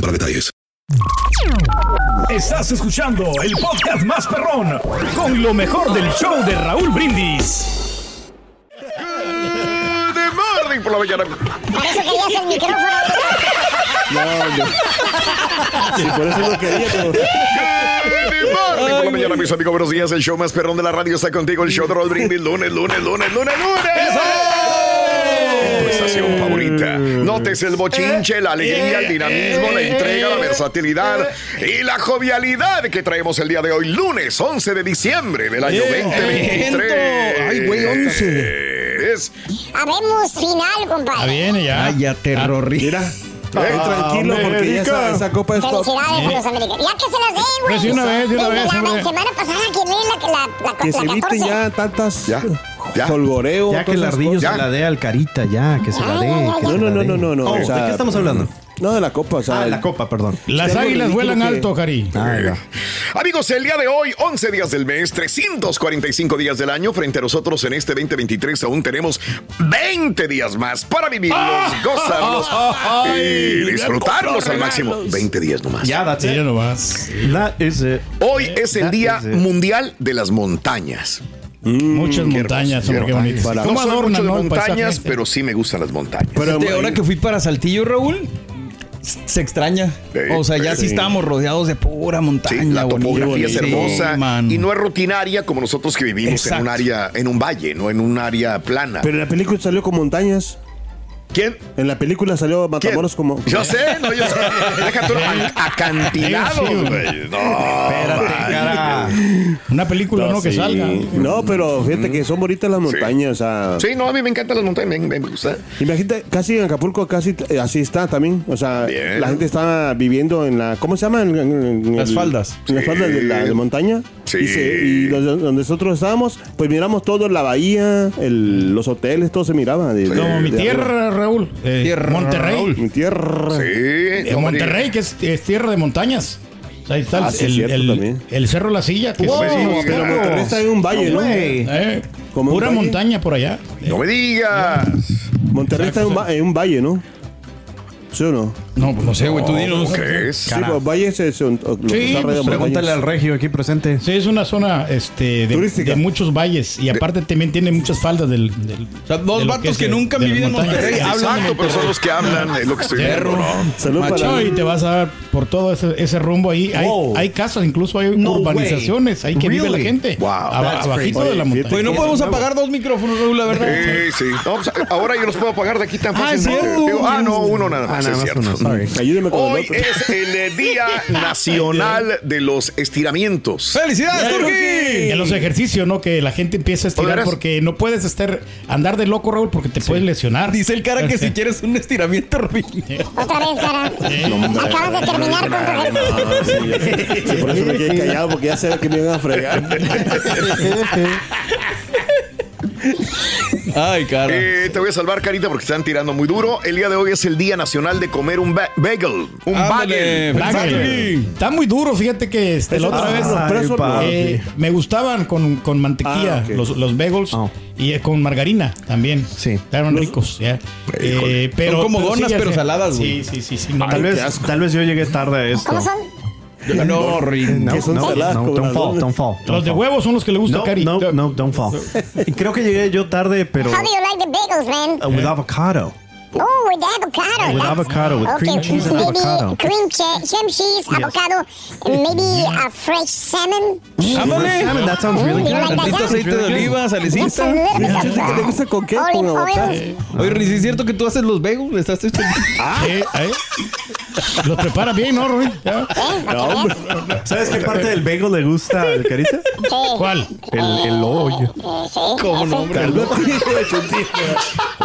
para detalles. Estás escuchando el podcast más perrón con lo mejor del show de Raúl Brindis. De morning por la mañana. Por eso querías el micrófono. De morning por la mañana, mis amigos. Buenos días. El show más perrón de la radio está contigo. El show de Raúl Brindis. Lunes, lunes, lunes, lunes, lunes. Tu Estación favorita. Notes el bochinche, la alegría, el dinamismo, la entrega, la versatilidad y la jovialidad que traemos el día de hoy, lunes 11 de diciembre del año 2023. Ay, güey, 11. Es Habemos final, Ah, compadre. Viene ya. Ay, ya te Ey, tranquilo, porque ya esa, esa copa es top. Felicidades a los americanos. Ya que se las den, güey. Pues sí, una vez, de una Desde vez, La una vez. semana pasada que leen la, la, la, Que se la eviten 14. ya tantas Ya, ya. solgoreo. Ya que el todas esas ardillo cosas. Ah, Ya. se la dé al carita, ya, que se la dé. Ay, ay, que No, se no, la no, dé. no, no, no. Oh, o sea, ¿De qué estamos hablando? No, de la copa, o sea. Ah, el- la copa, perdón. Las águilas vuelan Oh, alto, Jari. Ay, va. Amigos, el día de hoy, 11 días del mes, 345 días del año, frente a nosotros en este 2023 aún tenemos 20 días más para vivirlos, gozarlos y disfrutarlos al máximo. 20 días nomás. Ya, that's it. nomás. That is it. Hoy es el That Día is it. Mundial de las Montañas. Muchas montañas, hombre, qué bonitas. No soy mucho de montañas, pero sí me gustan las montañas. Pero, De este. ahora que fui para Saltillo, Raúl, se extraña. Sí, o sea, ya sí. sí estábamos rodeados de pura Sí, montaña. la bonito. topografía es Sí, hermosa man. y no es rutinaria como nosotros que vivimos en un Exacto. área, en un valle, no en un área plana. pero en la película salió con montañas. ¿Quién? En la película salió ¿Quién? Matamoros como. Yo sé, no, yo sé. Deja tú ac- acantilados, güey. No, Espérate, man. cara. Una película, ¿no? Que sí. salga. No, pero fíjate que son bonitas las montañas. o sea, Sí, no, a mí me encantan las montañas, me, me gusta. Imagínate, casi en Acapulco, casi eh, así está también. O sea, Bien. la gente está viviendo en la. ¿Cómo se llama? En- en- en- Las en- faldas. En las Sí. faldas de la de montaña. Sí. Y, se- y los- donde nosotros estábamos, pues miramos todo: la bahía, el- los hoteles, todo se miraba. de- Como de- mi de arriba. tierra, Raúl. eh, Tierra, Monterrey. Raúl. Mi tierra. Sí. Eh, no, Monterrey, que es, es tierra de montañas. O sea, Ahí está Ah, el, sí, es el- cierto el- también. el Cerro La Silla. Que Wow, es- pero pero- Monterrey Está en un valle, ¿no? Güey. eh, Como un pura valle. montaña por allá. No me digas. Monterrey está en un, va- en un valle, ¿no? ¿Sí o no? No, pues no sé, güey, tú dinos. ¿Cómo crees? Sí, pues valles es un, lo que Sí, está alrededor de pues, Pregúntale montañas. al regio aquí presente. Sí, es una zona este, de, Turística. de muchos valles y aparte también tiene muchas faldas del... del- O sea, dos de lo vatos es, que eh, nunca han de las vivido en montañas. Monterrey, hablan Exacto, pero son los que hablan, es lo que estoy viendo, ¿no? Salud para No, y te vas a ver por todo ese, ese rumbo ahí. Hay, Wow. hay casas, incluso hay No urbanizaciones, way. ahí que vive la Really? gente. Wow, Aba- that's abajito crazy. de la Oye, montaña. Pues no Sí, podemos es nuevo. apagar dos micrófonos, Raúl, la verdad. Sí, sí. No, pues, ahora yo los puedo pagar de aquí tan Ah, es fácilmente. cierto. Digo, ah, no, uno nada Ah, más, es nada más cierto. uno, sorry. Ayúdeme con Hoy el otro. es el Día Nacional de los Estiramientos. ¡Felicidades, En Turki! los ejercicios, ¿no? Que la gente empieza a ¿De estirar veras? porque no puedes estar andar de loco, Raúl, porque te puedes lesionar. Dice el cara que si quieres un estiramiento, Raúl. Otra vez, cara. Acabas de terminar con tu ejercicio. Sí, por eso me quedé callado, porque ya sé que me iban a fregar. Ay, cara. Eh, te voy a salvar, Carita, porque están tirando muy duro. El día de hoy es el Día Nacional de comer un ba- bagel. Un Ándale, bagel. Bagel. Bagel. Está muy duro, fíjate que este, la otra Ah, vez pero eso- papi. eh, me gustaban con, con mantequilla Ah, ok. los, los bagels Oh. y eh, con margarina también. Sí. Estaban ricos, ya. Eh, pero, Son como pues pero donas, ya pero sé. saladas, güey. Sí, sí, sí. sí no, Ay, no. qué asco. Tal vez yo llegué tarde a esto. ¿Cómo son? No, Rin. Que son saladas como las donas. fall. Los de huevos son los que le gusta a No, Cari. no, no, don't fall. Creo que llegué yo tarde, pero uh, How do you like the bagels, man? uh, with avocado. Oh, with avocado. With That's- avocado, with cream cheese and maybe avocado. cream cheese, cream cheese, avocado, maybe a fresh salmon. Mm, Ándale. Mm. Salmon, that sounds really good. Tantito aceite de oliva, salecita. ¿Te gusta con qué? Con avocado. Oye, Riz, ¿es cierto que tú haces los bagels? ¿Les haces Ah. Eh, eh. Los prepara bien, ¿no, Ruin? ¿Sabes qué parte del bagel le gusta al Carita? ¿Cuál? El, el hoyo. ¿Cómo no, hombre?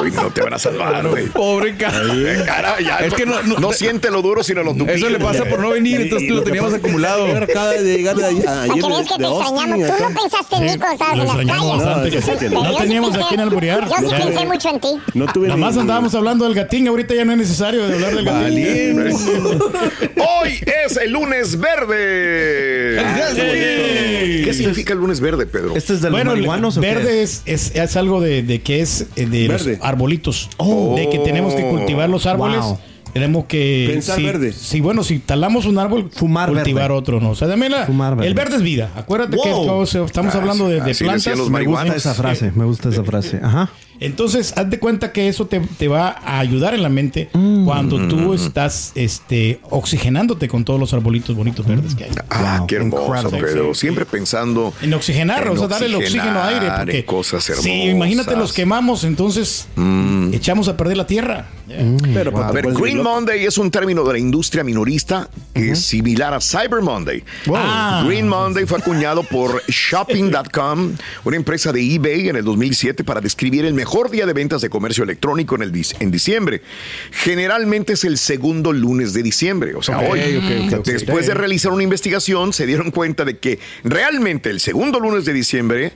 Uy, no te van a salvar, güey. Pobre cara. Caray, ya, Es que no- no- siente lo duro, sino lo tupido. Eso le pasa por no venir, entonces lo teníamos acumulado. Acaba de llegar de ayer. Para que veas que te de Austin, extrañamos. Tú acá. no pensaste en mí cuando estabas Lo en las extrañamos calles. bastante. No, que sí. No fíjate, Pero yo sí teníamos a pensé- quién alburear. Yo sí Ya. pensé mucho en ti. No tuve Nada más ni- andábamos hablando del gatín, ahorita ya no es necesario de hablar del gatín. Hoy es el lunes verde. Ey. Eh, ¿Qué significa el lunes verde, Pedro? ¿Este es de los Bueno, el marihuanos o qué verde es, es, es algo de, de que es eh, de Verde. los arbolitos. De que tenemos que cultivar los árboles. Oh. Wow. Tenemos que. Pensar si, verde. si, bueno, si talamos un árbol, Fumar cultivar verde. otro, ¿no? O sea, también la- Fumar verde. el verde es vida. Acuérdate que Wow. Ah, o sea, estamos hablando de, de Ah, así decían plantas. los Me gusta marihuanos. esa frase, me gusta esa frase. Ajá. Entonces, haz de cuenta que eso te, te va a ayudar en la mente Mm. cuando Mm. tú estás este, oxigenándote con todos los arbolitos bonitos verdes que hay. Ah, Wow, qué hermoso, incredible. Pedro. Siempre pensando En oxigenar, en o sea, darle el oxígeno oxigenar, aire. en Porque cosas hermosas. Mm. Si imagínate los quemamos, entonces echamos a perder la tierra. Mm, Pero A ver, pues, Green lo- Monday es un término de la industria minorista que es similar a Cyber Monday. Ah. Green Monday fue acuñado por Shopping.com, una empresa de eBay en el 2007 para describir el mejor día de ventas de comercio electrónico en, el, dis- en diciembre. Generalmente es el segundo lunes de diciembre, o sea, Ok, hoy. ok, ok, ok. Después de realizar una investigación, se dieron cuenta de que realmente el segundo lunes de diciembre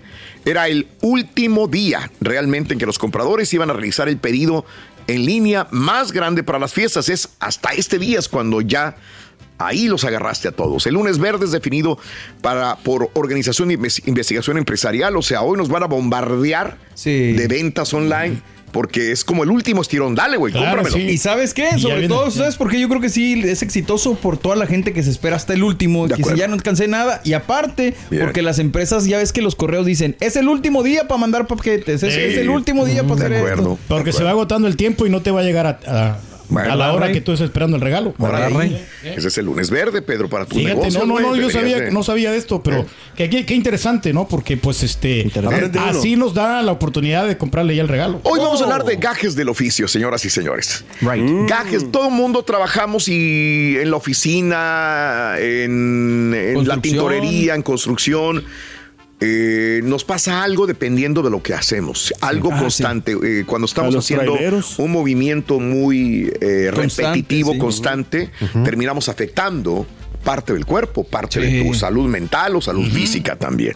era el último día realmente en que los compradores iban a realizar el pedido en línea más grande para las fiestas. Es hasta este día es cuando ya ahí los agarraste a todos. El lunes verde es definido para, por Organización de Inves- Investigación Empresarial, o sea, hoy nos van a bombardear Sí. de ventas online porque es como el último estirón. Dale, güey, Claro, cómpramelo. sí. ¿Y sabes qué? Y ya Sobre viene- todo, ¿sabes por qué? Yo creo que sí es exitoso por toda la gente que se espera hasta el último. De Que dice, acuerdo. ya no alcancé nada. Y aparte, Bien. porque las empresas, ya ves que los correos dicen, es el último día para mandar paquetes. Es, es el último día para hacer Mm, De acuerdo. esto. Porque de se va acuerdo. agotando el tiempo y no te va a llegar a, a- Bueno, a la hora Rey. que tú estés esperando el regalo. Ahora Ahora, ahí, Rey. ¿Eh? Ese es el lunes verde, Pedro, para tu Fíjate, negocio. no, no, güey, no, yo deberías sabía, de- no sabía de esto, pero que aquí- qué interesante, ¿no? Porque pues este Interesante. así nos da la oportunidad de comprarle ya el regalo. Hoy vamos a hablar de gajes del oficio, señoras y señores. Mm. Right. Gajes, todo el mundo trabajamos y en la oficina, en, en la Construcción. tintorería, en construcción. Eh, nos pasa algo dependiendo de lo que hacemos, algo Ah, sí. constante. Eh, cuando estamos los haciendo traileros. un movimiento muy eh, Constante, repetitivo, sí. constante, terminamos afectando parte del cuerpo, parte de Sí. tu salud mental o salud física también,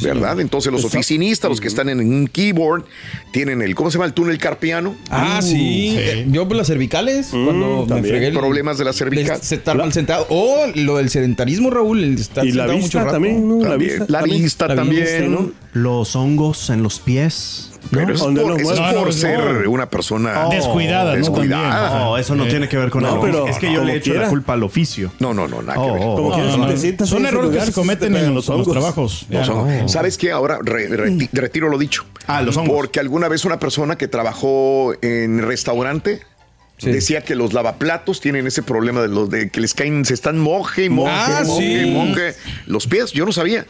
¿verdad? Entonces los oficinistas, los que están en un keyboard, tienen el, ¿cómo se llama? El túnel carpiano. Ah, sí. sí. Yo por las cervicales, cuando me también. fregué. el- Problemas de la cervical. de estar mal sentado. O lo del sedentarismo, Raúl. el estar Y la sentado mucho vista rato. también, ¿no? La También. vista. La también. vista La también, vista, ¿no? Los hongos en los pies. ¿no? Pero es Donde por, los eso es mueves. por No, no, ser no. una persona Descuidada, ¿no? descuidada. También. No, eso no Eh, tiene que ver con no, el pero Es que yo como le echo quiera. la culpa al oficio. No, no, no, nada que Oh, ver. oh, Como oh. quieras, No, no, te no. sientas en Son ese errores que lugar, se te cometen pegan en los, en los hongos. Mm. trabajos. No, Ya, son- ¿Sabes qué? Ahora re- reti- retiro lo dicho. Ah, los hongos. Porque alguna vez una persona que trabajó en restaurante Sí. decía que los lavaplatos tienen ese problema de los de que les caen, se están moje y moje, Ah, moje, sí. moje. Los pies, yo no sabía.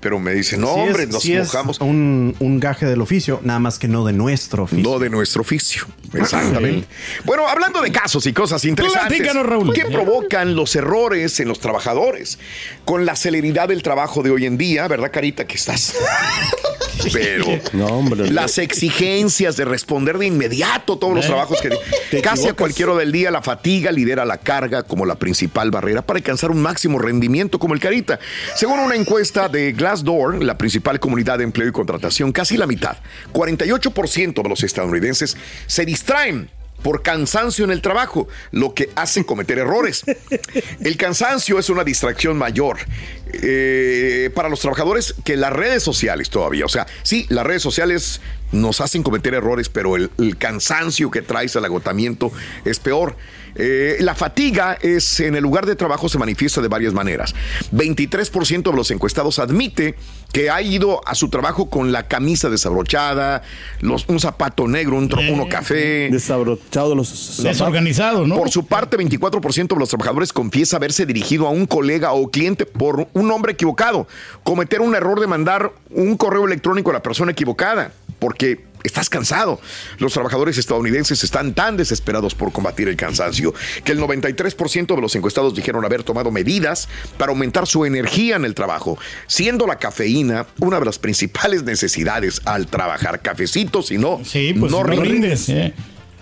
Pero me dicen, no, Sí es- hombre, nos sí es mojamos. un, un gaje del oficio, nada más que no de nuestro oficio. Ah, No de nuestro oficio. Exactamente. Bueno, hablando de casos y cosas interesantes. Platícanos, Raúl. ¿Qué provocan los errores en los trabajadores? Con la celeridad del trabajo de hoy en día, ¿verdad, Carita? Que estás. Pero No, hombre. las exigencias de responder de inmediato todos los trabajos que casi a equivocas. cualquier hora del día la fatiga lidera la carga como la principal barrera para alcanzar un máximo rendimiento como el Carita. Según una encuesta de Glassdoor, la principal comunidad de empleo y contratación, casi la mitad, 48% de los estadounidenses se distraen por cansancio en el trabajo, lo que hace cometer errores. El cansancio es una distracción mayor eh, para los trabajadores que las redes sociales todavía. O sea, sí, las redes sociales nos hacen cometer errores, pero el, el cansancio que traes al agotamiento es peor. Eh, la fatiga es en el lugar de trabajo se manifiesta de varias maneras. 23% de los encuestados admite que ha ido a su trabajo con la camisa desabrochada, los, un zapato negro, un tro- uno café. Desabrochado los Desorganizado, ¿no? Por su parte, 24% de los trabajadores confiesa haberse dirigido a un colega o cliente por un nombre equivocado, cometer un error de mandar un correo electrónico a la persona equivocada, porque estás cansado. Los trabajadores estadounidenses están tan desesperados por combatir el cansancio que el 93% de los encuestados dijeron haber tomado medidas para aumentar su energía en el trabajo, siendo la cafeína una de las principales necesidades al trabajar. Cafecito, si no, Sí, pues no, rindes. rindes. eh.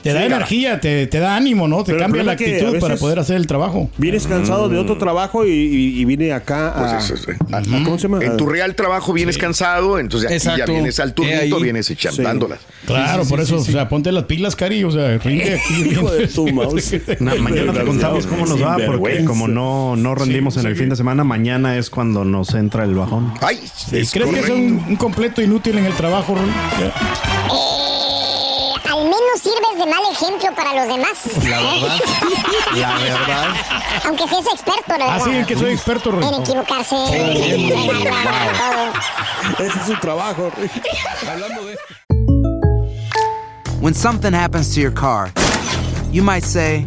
Te da Sí, cara. energía, te, te da ánimo, ¿no? Te Pero el cambia la problema es que actitud a para veces poder hacer el trabajo. Vienes cansado de otro trabajo y, y- y vine acá a, Mm. Pues eso es, eh. a- ¿Cómo se llama? En tu real trabajo vienes cansado, entonces aquí ya Exacto. vienes al He turnito, ahí. vienes echantándolas. Claro, por eso, o sea, ponte las pilas, Cari, o sea, rinde aquí. Hijo de tu mouse. No, mañana te contamos cómo nos va, porque Sinvergüenza. como no, no rendimos en el fin de semana, mañana es cuando nos entra el bajón. Ay, es ¿Crees que es correcto. un, un completo inútil en el trabajo, Rol? Eh, Al menos sirves de mal ejemplo para los demás. La verdad. La verdad. Aunque seas experto, la Ah, verdad. sí, en que soy experto, Rol. En equivocarse. en regarla, en todo. Ese es su trabajo. When something happens to your car, you might say,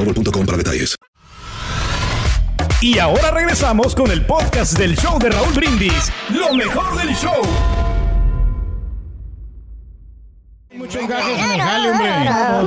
para detalles. Y ahora regresamos con el podcast del show de Raúl Brindis. Lo mejor del show. Mucho engaje en el jale, hombre.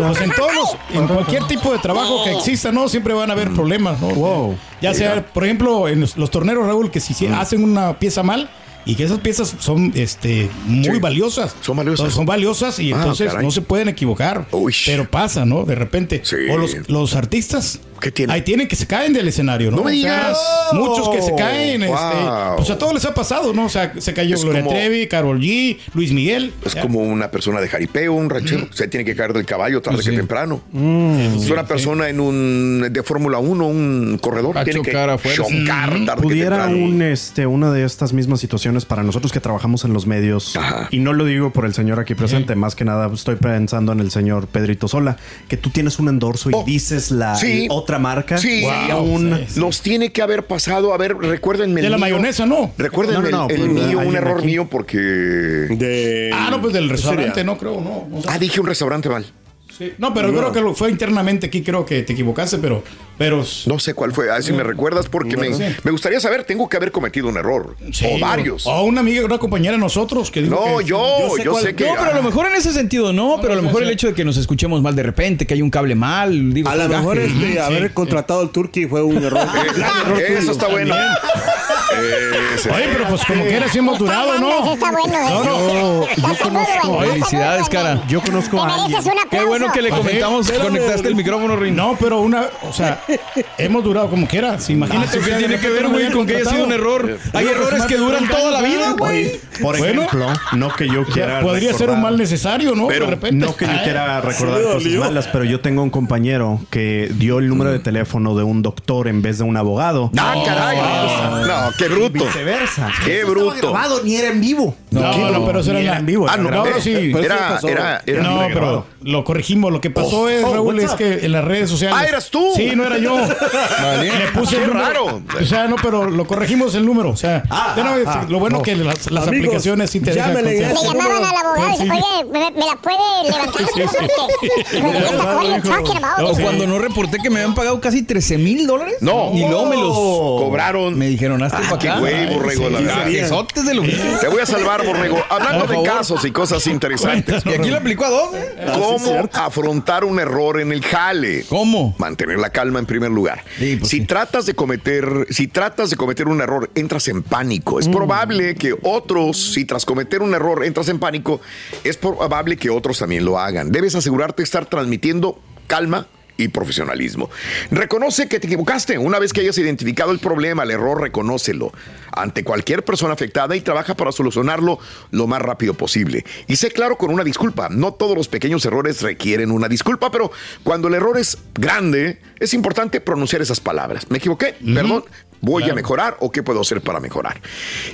Pues en todos los- en cualquier tipo de trabajo que exista, ¿no? Siempre van a haber problemas, ¿no? Ya sea, por ejemplo, en los, los torneros, Raúl, que si se Mm. hacen una pieza mal y que esas piezas son este muy Sí. valiosas. Son valiosas. Son valiosas y Ah, entonces caray. no se pueden equivocar. Pero pasa, ¿no? De repente. O los, los artistas. Ahí tienen que se caen del escenario, ¿no? No me O sea, digas. muchos que se caen. este, Wow. pues a todos les ha pasado, ¿no? O sea, se cayó Es Gloria como- Trevi, Carol G, Luis Miguel. Es Ya. como una persona de jaripeo, un ranchero. Se tiene que caer del caballo tarde Pues que temprano. es una persona en un de Fórmula 1, un corredor, Va a tiene que chocar afuera. chocar tarde que Mm, Pudiera temprano. un, este, una de estas mismas situaciones para nosotros que trabajamos en los medios, y no lo digo por el señor aquí presente, más que nada estoy pensando en el señor Pedrito Sola, que tú tienes un endorso y dices la Oh, sí. la otra marca. Sí, sería Wow. un- Nos tiene que haber pasado, a ver, recuérdenme. el De la mío. mayonesa, ¿no? No, Recuérdenme no, no, el, el pues, mío, un alguien error aquí. mío porque... Ah, no, pues del restaurante, no creo, no. O sea, Ah, dije un restaurante mal. no, pero creo que lo fue internamente aquí, creo que te equivocaste, pero. pero No sé cuál fue. A ver si me recuerdas, porque me, sé. me gustaría saber, tengo que haber cometido un error. sí, o varios. O una amiga, una compañera de nosotros que dijo. no, que- yo, yo sé, cuál- que. No, pero a lo mejor en ese sentido no, pero a lo mejor el hecho de que nos escuchemos mal de repente, que hay un cable mal, digo, A lo son gajes. mejor este, haber contratado al Turki fue un error. Ah, eso está bueno. Ese- Oye, pero pues como que era así hemos durado, Eso ¿no? está bueno. No, eso. no. Está muy bueno, está muy Felicidades, cara. Yo conozco Te a alguien. mereces un aplauso. Qué bueno que le Oye, comentamos, espérame. conectaste el micrófono, Rin. No, pero una, o sea, hemos durado como quiera. Sí, imagínate. ¿Eso o Ah, qué sea, tiene de que repente ver, no güey, habían con que haya sido un contratado. error? Hay errores que duran toda la vida, güey. Por Bueno. ejemplo, no que yo quiera. Podría ser un recordar- mal necesario, ¿no? Pero de repente. No que yo Ah, quiera recordar me cosas dolió. malas, pero yo tengo un compañero que dio el número de Mm. teléfono de un doctor en vez de un abogado. Ah, caray. No, qué bruto. Viceversa. Qué Eso estaba bruto. grabado, ni era en vivo. No, no, pero eso era ni en la- en vivo. Ah, no, No, era, sí. Pero eso era, pasó. era, era- No, pero grabado. lo corregimos. Lo que pasó es, oh, Raúl, es what's up? que en las redes sociales. Ah, ¿eras tú? Sí, no era yo. Le puse Qué el número. raro. O sea, no, pero lo corregimos el número. O sea, Ah, de una vez, ah, lo bueno no. que las, las Amigos, aplicaciones sí te dejan llámenle, confianza. Le llamaban al abogado y dice, oye, ¿me, me la puede levantar? Porque, digo, "What the fuck are you talking about?" O cuando no reporté que me habían pagado casi 13 mil dólares. No. Oh. Y luego me los Cobraron. Ah, Me dijeron, hazte para qué acá. güey, borrego, la Sí, verdad. sí, Quejotes del oficio. Te voy a salvar, borrego. Hablando Por de favor. casos y cosas interesantes. Ah, Y aquí lo aplicó a dos, ¿eh? ¿Cómo afrontar un error en el jale? ¿Cómo? pues Mantener la calma en primer lugar. si tratas de cometer, si tratas de cometer un error, entras en pánico. Es probable que otros, si tras cometer un error entras en pánico, es probable que otros también lo hagan. Debes asegurarte de estar transmitiendo calma y profesionalismo. Reconoce que te equivocaste. Una vez que hayas identificado el problema, el error, reconócelo ante cualquier persona afectada y trabaja para solucionarlo lo más rápido posible. Y sé claro con una disculpa. No todos los pequeños errores requieren una disculpa, pero cuando el error es grande, es importante pronunciar esas palabras. ¿Me equivoqué? Perdón. ¿Voy a mejorar o qué puedo hacer para mejorar?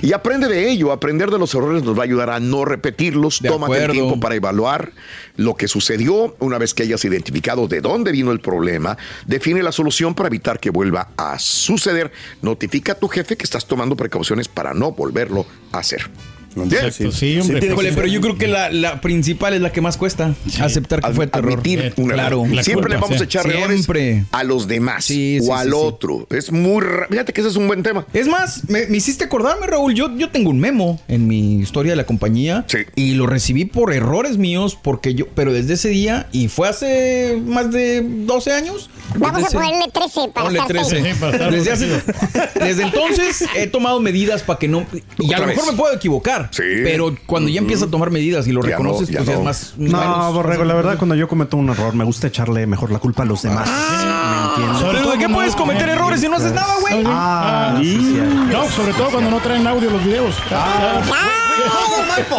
Y aprende de ello. Aprender de los errores nos va a ayudar a no repetirlos. Tómate el acuerdo. tiempo para evaluar lo que sucedió una vez que hayas identificado de dónde vino el problema, define la solución para evitar que vuelva a suceder, notifica a tu jefe que estás tomando precauciones para no volverlo a hacer. ¿Bien? pues Híjole, pero yo creo que la, la principal es la que más cuesta aceptar que fue terror. Admitir un error. Claro. Siempre le vamos a echar errores Siempre. a los demás o al otro. Es muy. ra- Fíjate que ese es un buen tema. Es más, me, me hiciste acordarme, Raúl. Yo, yo tengo un memo en mi historia de la compañía. Y lo recibí por errores míos, porque yo. Pero desde ese día, y fue hace más de 12 años. Vamos desde a ese- ponerle 13 para Ponle estar 13. safe. Desde, hace- desde entonces he tomado medidas para que no. Y a lo Otra mejor vez. me puedo equivocar. Pero cuando ya empiezas a tomar medidas y lo Ya no, reconoces, ya pues ya no. es más. No, menos- Borrego, la verdad, cuando yo cometo un error, me gusta echarle mejor la culpa a los demás. Ah. Pero ¿de qué puedes cometer errores si no haces nada, güey? Ah, sí, sí, No, sobre todo cuando no traen audio los videos. Ah,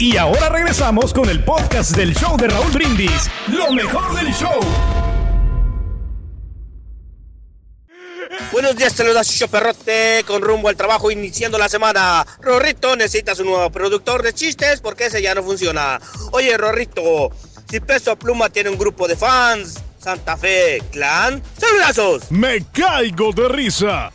Y ahora regresamos con el podcast del show de Raúl Brindis. Lo mejor del show. Buenos días, te lo da Chicho Perrote con rumbo al trabajo iniciando la semana. Rorrito, necesitas un nuevo productor de chistes porque ese ya no funciona. Oye, Rorrito, si Peso Pluma tiene un grupo de fans, Santa Fe, Clan, saludazos. Me caigo de risa.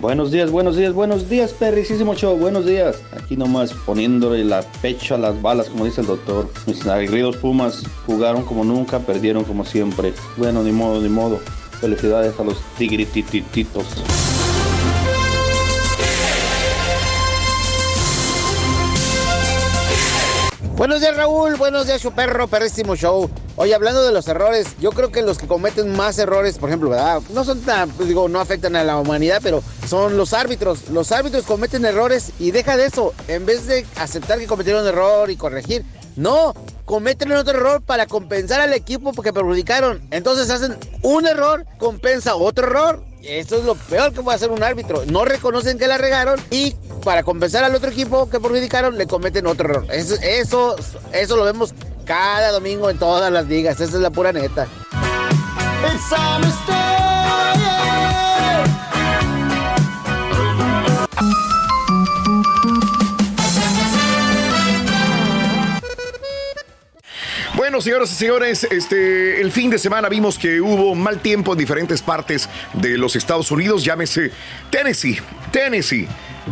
Buenos días, buenos días, buenos días, perricísimo show, buenos días. Aquí nomás poniéndole la pecho a las balas, como dice el doctor. Mis aguerridos Pumas jugaron como nunca, perdieron como siempre. Bueno, ni modo, ni modo. Felicidades a los tigrititititos. Buenos días, Raúl. Buenos días, su perro, perrísimo show. Oye, hablando de los errores, yo creo que los que cometen más errores, por ejemplo, ¿verdad? No son tan, pues, digo, no afectan a la humanidad, pero son los árbitros. Los árbitros cometen errores y deja de eso. En vez de aceptar que cometieron un error y corregir, no, cometen otro error para compensar al equipo porque perjudicaron. Entonces hacen un error, compensa otro error. Esto es lo peor que puede hacer un árbitro. No reconocen que la regaron y para compensar al otro equipo que perjudicaron le cometen otro error. Eso, eso, eso lo vemos cada domingo en todas las ligas. Esa es la pura neta. Bueno, señoras y señores, este, el fin de semana vimos que hubo mal tiempo en diferentes partes de los Estados Unidos, llámese Tennessee, Tennessee.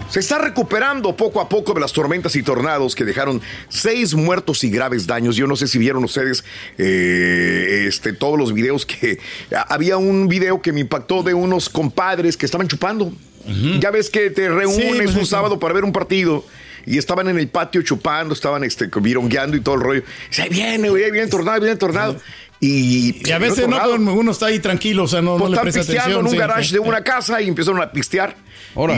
Se está recuperando poco a poco de las tormentas y tornados que dejaron seis muertos y graves daños. Yo no sé si vieron ustedes eh, este, todos los videos que... a- Había un video que me impactó de unos compadres que estaban chupando. Ya ves que te reúnes pues, un sí. sábado para ver un partido y estaban en el patio chupando, estaban este, virongueando y todo el rollo. Dice, ahí viene, güey, ahí viene el tornado, ahí viene el tornado. Y, Y a veces no, tornado, pero uno está ahí tranquilo, o sea, no, pues, no le están presta pisteando en atención. un sí. garage de una casa y empiezan a pistear.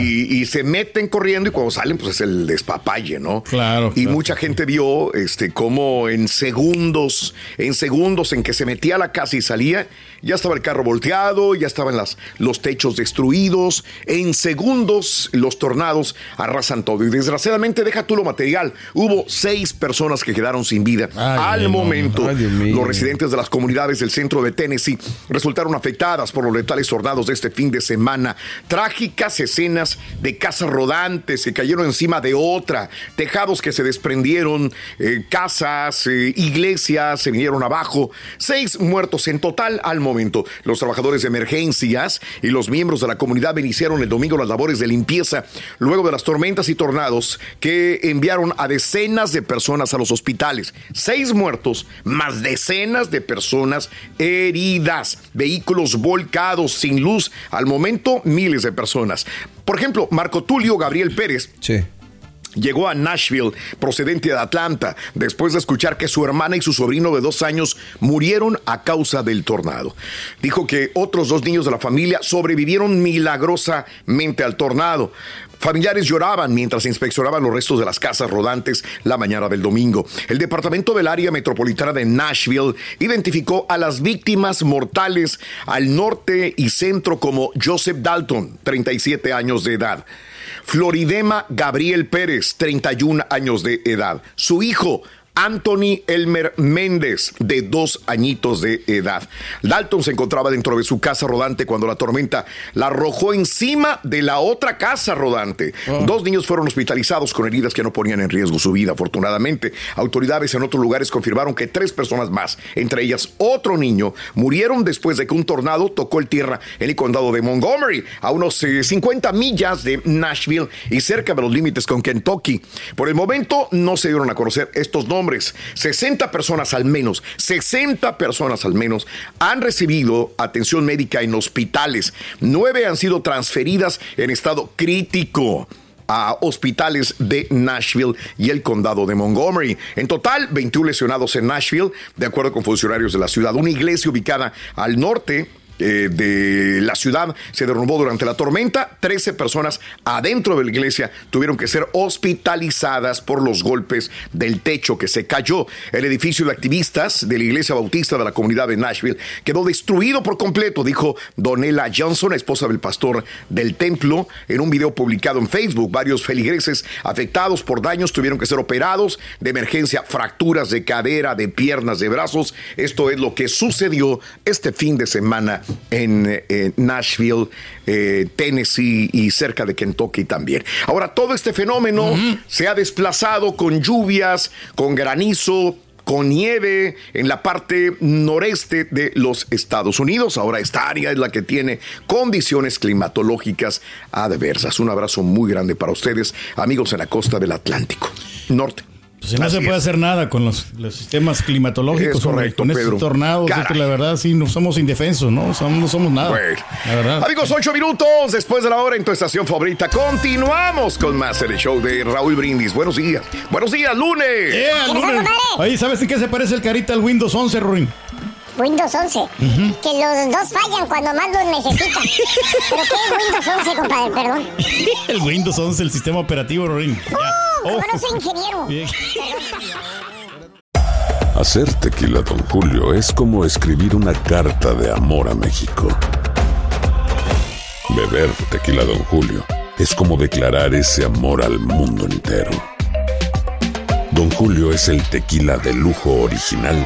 Y, y se meten corriendo y cuando salen, pues es el despapalle, ¿no? Claro. Y mucha gente vio este, cómo en segundos, en segundos en que se metía a la casa y salía, ya estaba el carro volteado, ya estaban las, los techos destruidos. En segundos, los tornados arrasan todo. Y desgraciadamente, deja tú lo material. Hubo seis personas que quedaron sin vida. Al no, momento, ay, Dios mío. los residentes de las comunidades del centro de Tennessee resultaron afectadas por los letales tornados de este fin de semana. Trágicas escenas de casas rodantes que cayeron encima de otra, tejados que se desprendieron, eh, casas, eh, iglesias se vinieron abajo. Seis muertos en total al momento. Los trabajadores de emergencias y los miembros de la comunidad iniciaron el domingo las labores de limpieza luego de las tormentas y tornados que enviaron a decenas de personas a los hospitales. Seis muertos, más decenas de personas heridas, vehículos volcados sin luz, al momento miles de personas. Por ejemplo, Marco Tulio Gabriel Pérez. Llegó a Nashville, procedente de Atlanta, después de escuchar que su hermana y su sobrino de dos años murieron a causa del tornado. Dijo que otros dos niños de la familia sobrevivieron milagrosamente al tornado. Familiares lloraban mientras inspeccionaban los restos de las casas rodantes la mañana del domingo. El departamento del área metropolitana de Nashville identificó a las víctimas mortales al norte y centro como Joseph Dalton, 37 años de edad. Floridema Gabriel Pérez, 31 años de edad. Su hijo, Anthony Elmer Méndez, de dos añitos de edad. Dalton se encontraba dentro de su casa rodante cuando la tormenta la arrojó encima de la otra casa rodante. Dos niños fueron hospitalizados con heridas que no ponían en riesgo su vida, afortunadamente. Autoridades en otros lugares confirmaron que tres personas más, entre ellas otro niño, murieron después de que un tornado tocó el tierra en el condado de Montgomery, a unos eh, 50 millas de Nashville y cerca de los límites con Kentucky. Por el momento no se dieron a conocer estos nombres hombres, 60 personas al menos, 60 personas al menos han recibido atención médica en hospitales. Nueve han sido transferidas en estado crítico a hospitales de Nashville y el condado de Montgomery. En total, 21 lesionados en Nashville, de acuerdo con funcionarios de la ciudad. Una iglesia ubicada al norte eh, de la ciudad se derrumbó durante la tormenta. 13 personas adentro de la iglesia tuvieron que ser hospitalizadas por los golpes del techo que se cayó. El edificio de activistas de la iglesia bautista de la comunidad de Nashville quedó destruido por completo, dijo Donella Johnson, esposa del pastor del templo, en un video publicado en Facebook. Varios feligreses afectados por daños tuvieron que ser operados de emergencia, fracturas de cadera, de piernas, de brazos. Esto es lo que sucedió este fin de semana en eh, Nashville, eh, Tennessee y cerca de Kentucky también. Ahora, todo este fenómeno se ha desplazado con lluvias, con granizo, con nieve en la parte noreste de los Estados Unidos. Ahora esta área es la que tiene condiciones climatológicas adversas. Un abrazo muy grande para ustedes, amigos en la costa del Atlántico Norte. Pues no se Así puede es. hacer nada con los, los sistemas climatológicos. Es hombre, correcto, Con estos Pedro. tornados, es que la verdad sí, no somos indefensos, ¿no? Som- no somos nada. Bueno. Ah, La verdad. Amigos, ocho minutos después de la hora en tu estación favorita. Continuamos con más el show de Raúl Brindis. Buenos días. Buenos días, lunes. Yeah, lunes. ¡Eh, Oye, ¿sabes en qué se parece el carita al Windows 11, Ruin? Windows 11. Que los dos fallan cuando más los necesitan. ¿Pero qué es Windows 11, compadre? Perdón. El Windows 11, el sistema operativo, Oh. Ruin. ¡Oh, ¿Cómo no soy ingeniero? Bien. Hacer tequila, Don Julio, es como escribir una carta de amor a México. Beber tequila, Don Julio, es como declarar ese amor al mundo entero. Don Julio es el tequila de lujo original,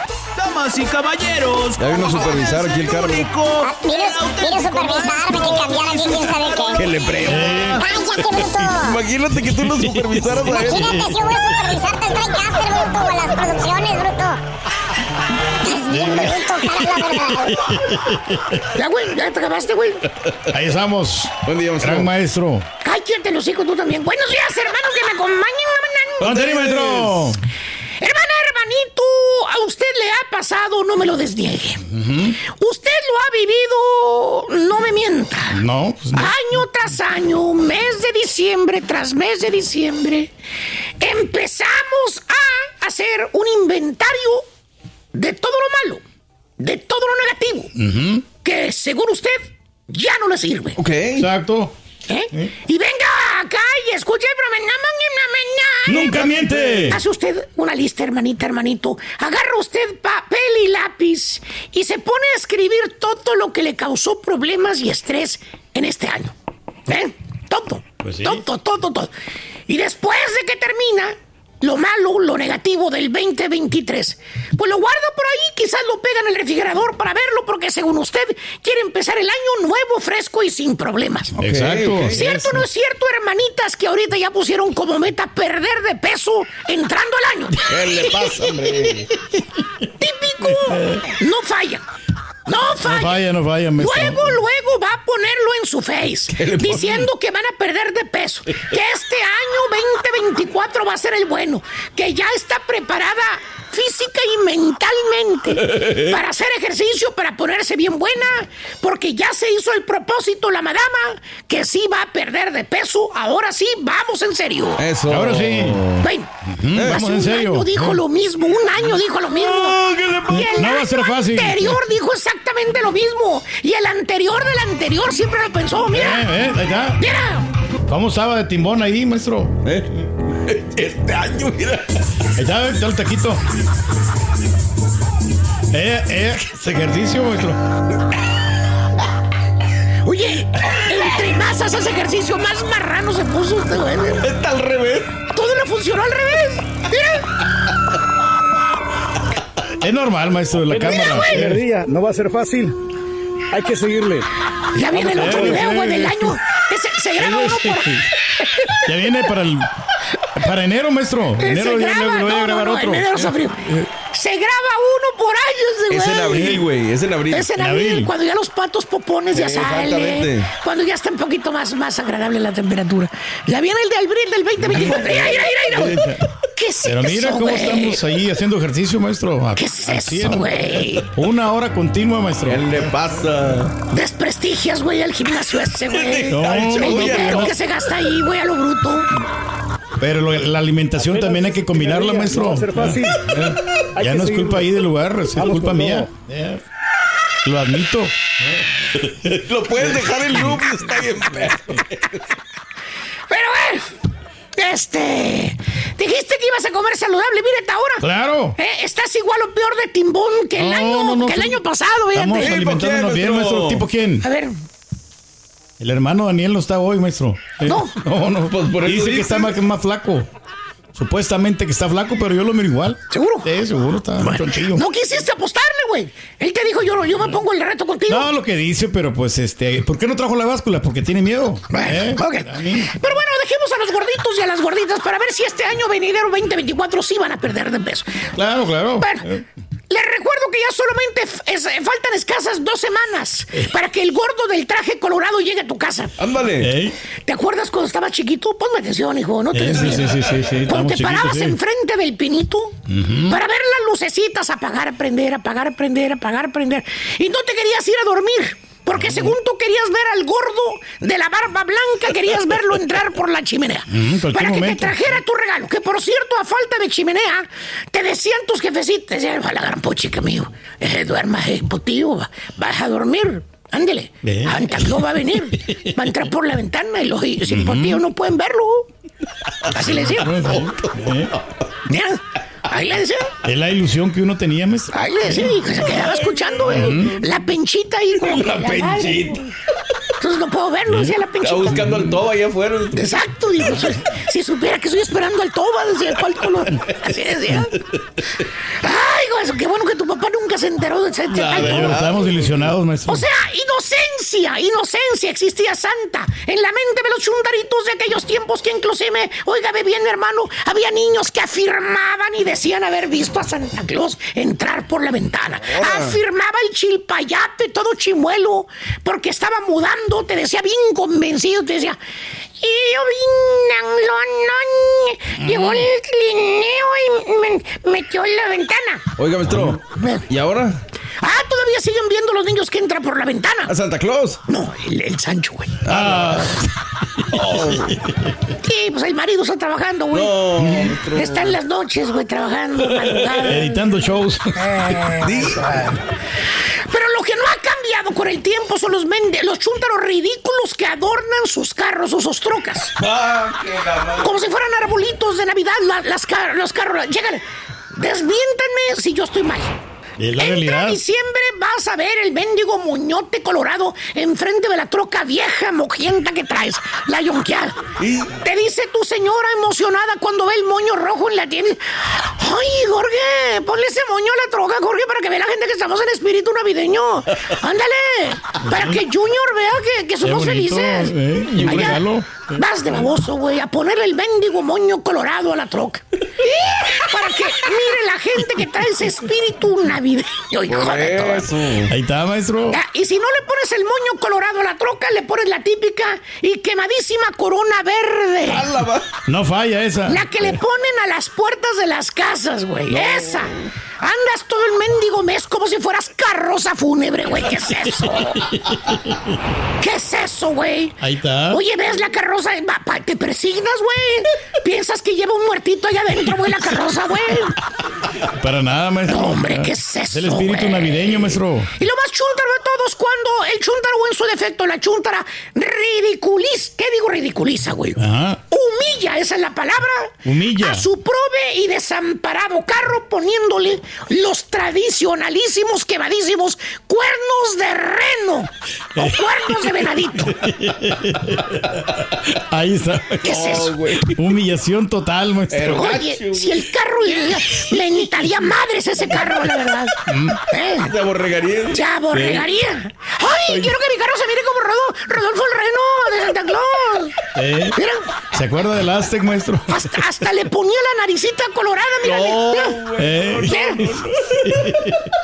Damas y caballeros. Ya vino a supervisar aquí el cargo. Ah, Mire, mire supervisarme que cambiara que quién sabe qué. Que le prenda. ¡Cállate, bruto! Imagínate que tú lo supervisaras a él. Imagínate si yo voy a supervisar, te trae cáncer, bruto, a las producciones, bruto. Es bien bruto, cara, la verdad. Ya, güey, Ah, ya te acabaste, güey. Ahí estamos. Buen día, maestro. Gran maestro. Cállate los hijos tú también. Buenos días, hermano, que me acompañen. hermano. ¡Don maestro! Hermana, hermanito, a usted le ha pasado, no me lo desniegue. Usted lo ha vivido, no me mienta. No, pues no. Año tras año, mes de diciembre tras mes de diciembre, empezamos a hacer un inventario de todo lo malo, de todo lo negativo, que según usted ya no le sirve. Ok. Exacto. ¿Eh? Y venga acá y escúcheme, ¡Nunca miente! Hace usted una lista, hermanita, hermanito. Agarra usted papel país y se pone a escribir todo lo que le causó problemas y estrés en este año. ¿Eh? Todo. Todo, todo, todo. Y después de que termina, lo malo, lo negativo del 2023, pues lo guarda por ahí, quizás lo pega en el refrigerador para verlo, porque según usted quiere empezar el año nuevo, fresco y sin problemas. Ok, Exacto. ok. ¿Cierto o no es cierto, hermanitas, que ahorita ya pusieron como meta perder de peso entrando al año? ¿Qué le pasa, hombre? Típico, no falla. No falla. No falla, no falla, maestro. Luego, luego va a ponerlo en su ¿Qué le face, pone? diciendo que van a perder de peso, que este año 2024 va a ser el bueno, que ya está preparada física y mentalmente para hacer ejercicio, para ponerse bien buena, porque ya se hizo el propósito la madama, que sí va a perder de peso, ahora sí, vamos en serio. Eso. Ahora sí. Ven, Eh. Ujú, hace vamos un en serio. año dijo Eh. lo mismo, un año dijo lo mismo. Y el No va a año ser fácil. anterior dijo exactamente lo mismo. Y el anterior del anterior siempre lo pensó. Mira. Eh, eh, ahí está. Mira. ¿Cómo estaba de timbón ahí, maestro? Eh. Este año, mira. Ahí está, ahí está el taquito. Eh, eh, ese ejercicio, maestro. Oye, entre más haces ejercicio, más marrano se puso usted, güey. Está al revés. Todo le funcionó al revés. Mira. Es normal, maestro, de la Mira, cámara. güey. Eh. Guerrilla, no va a ser fácil. Hay que seguirle. Ya viene el Eh, otro video, güey, del año. Que se, se graba uno por Ya viene para el. Para enero, maestro. Eh, Se Enero ya graba, le- le voy no, a grabar no, no, otro. enero se abrió. Eh, Se graba uno por año, ese güey. Es en abril, güey. Es en abril. Es en abril, cuando ya los patos popones ya Sí, salen. exactamente. Cuando ya está un poquito más, más agradable la temperatura. Ya viene el de abril del 2024. Mira, mira, mira, mira, güey. ¿Qué es Pero eso, mira cómo güey? estamos ahí haciendo ejercicio, maestro. A- ¿Qué es al eso, cien. güey? Una hora continua, maestro. ¿Qué le pasa? Desprestigias, güey, el gimnasio ese, güey. No, el no, dinero no. que se gasta ahí, güey, a lo bruto. Pero lo- la alimentación también hay que combinarla, maestro. Ya, ya no es culpa ahí del lugar, es culpa mía. Lo admito. Lo puedes dejar en loop y está bien. Pero, güey, este. Dijiste que ibas a comer saludable, mírate ahora. Claro. Eh, estás igual o peor de timbón que el, No, año, no, no, que el sí. año pasado, Estamos fíjate. alimentándonos bien, maestro. ¿Tipo quién? A ver, El hermano Daniel no está hoy, maestro. Eh, No. No, no. por eso Dice que dice. está más, más flaco. Supuestamente que está flaco, pero yo lo miro igual. ¿Seguro? Sí, seguro está chonchillo. no quisiste apostarle, güey. Él te dijo, yo, yo me pongo el reto contigo. No, lo que dice, pero pues este, ¿por qué no trajo la báscula? Porque tiene miedo. ¿eh? A mí. Pero bueno, dejemos a los gorditos y a las gorditas para ver si este año venidero 2024 sí van a perder de peso. Claro, claro. Bueno, les recuerdo que ya solamente f- es- eh, faltan escasas dos semanas para que el gordo del traje colorado llegue a tu casa. Ándale. ¿Te acuerdas cuando estaba chiquito? Ponme atención, hijo, no te des miedo. Cuando te parabas enfrente del pinito para ver las lucecitas apagar, aprender, apagar, aprender, apagar, aprender. Y no te querías ir a dormir. Porque según tú querías ver al gordo de la barba blanca, querías verlo entrar por la chimenea. Mm, cualquier para que te momento. trajera tu regalo. Que por cierto, a falta de chimenea, te decían tus jefecitos, te decían, "A la gran pochica, amigo, eh, duermas, eh, po, tío, va- vas a dormir. Ándele, ah, Ve. Santa Claus va a venir, va a entrar por la ventana y los y- sin po, tío, no pueden verlo. Así le decía. Eh, Mira, ahí le decía. Es la ilusión que uno tenía, maestro. Ahí le decía, y se quedaba escuchando, güey. La penchita ahí. Como que, La ay, penchita. Entonces no puedo ¿Eh? verlo, decía la penchita. Está buscando al toba allá afuera. Exacto, digo, si, si supiera que estoy esperando al toba, decía, ¿cuál color? Así decía. Ay, güey, qué bueno que tu papá nunca se enteró de ese de tal Pero toba. estábamos ilusionados, maestro. O sea, inocencia, inocencia existía santa en la mente de los chundaritos de aquellos tiempos que inclusive, óigame bien, hermano, había niños que afirmaban y decían haber visto a Santa Claus entrar por la ventana. Ahora. Afirmaba el chilpayate, todo chimuelo, porque estaba mudando, te decía bien convencido, te decía, y yo vine a Lonón, Mm. llegó el trineo y me metió en la ventana. Oiga, maestro. ¿Y ahora? Ah, todavía siguen viendo los niños que entran por la ventana. ¿A Santa Claus? No, el, el Sancho, güey. Sí, pues el marido está trabajando, güey. maestro. está en las noches, güey, trabajando. madrugada. Editando shows. Eh, Pero lo que no ha cambiado con el tiempo son los, mende- los chúntaros ridículos que adornan sus carros o sus trocas. Como si fueran arbolitos de Navidad, la- las car- los carros. Llegan, desmiéntanme si yo estoy mal. Es la Entra realidad. diciembre vas a ver el mendigo moñote colorado enfrente de la troca vieja mojienta que traes, la yonqueada. Te dice tu señora emocionada cuando ve el moño rojo en la tienda. Ay, Jorge, ponle ese moño a la troca, Jorge, para que vea la gente que estamos en espíritu navideño. Ándale, para que Junior vea que, que Qué somos bonito, felices. ¿eh? Y un Allá regalo. Vas de baboso, güey, a ponerle el mendigo moño colorado a la troca. Para que mire la gente que trae ese espíritu navideño, hijo de todo. Ahí está, maestro. Ah, Y si no le pones el moño colorado a la troca, le pones la típica y quemadísima corona verde. No falla esa. La que le ponen a las puertas de las casas, güey. Esa. Andas todo el mendigo mes como si fueras carroza fúnebre, güey. ¿Qué es eso? ¿Qué es eso, güey? Ahí está. Oye, ves la carroza, Va, pa- te persignas, güey. Piensas que lleva un muertito allá adentro, güey, la carroza, güey. Para nada, maestro. hombre, ¿qué es el eso, espíritu güey? navideño, maestro. Y lo más chúntaro de todos cuando el chúntaro o en su defecto la chúntara ridiculiza, ¿qué digo ridiculiza, güey? Ajá. Humilla, esa es la palabra. Humilla. A su prove y desamparado carro poniéndole los tradicionalísimos quebadísimos cuernos de reno o cuernos de venadito. Ahí está. ¿Qué es eso? Humillación total, maestro. Oye, si el carro le- le entraría madres a ese carro, la verdad. ¿Eh? Te aborregaría. Ya borregaría. ¡Ay! Quiero que mi carro se mire como Rodo- Rodolfo el Reno de Santa Claus. ¿Eh? ¿Se acuerda del Aztec, maestro? Hasta, hasta le ponía la naricita colorada, mira. mira. Eh.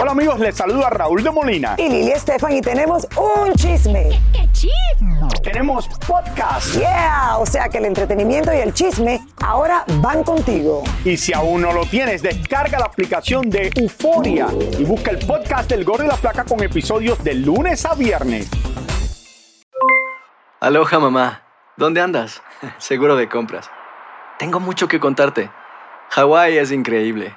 Hola amigos, les saluda Raúl de Molina. y Lili Estefan y tenemos un chisme. ¿Qué, chisme? Tenemos podcast. Yeah, o sea que el entretenimiento y el chisme ahora van contigo. Y si aún no lo tienes, descarga la aplicación de Euforia y busca el podcast del Gordo y la Placa con episodios de lunes a viernes. Aloha mamá, ¿dónde andas? Seguro de compras. Tengo mucho que contarte. Hawái es increíble.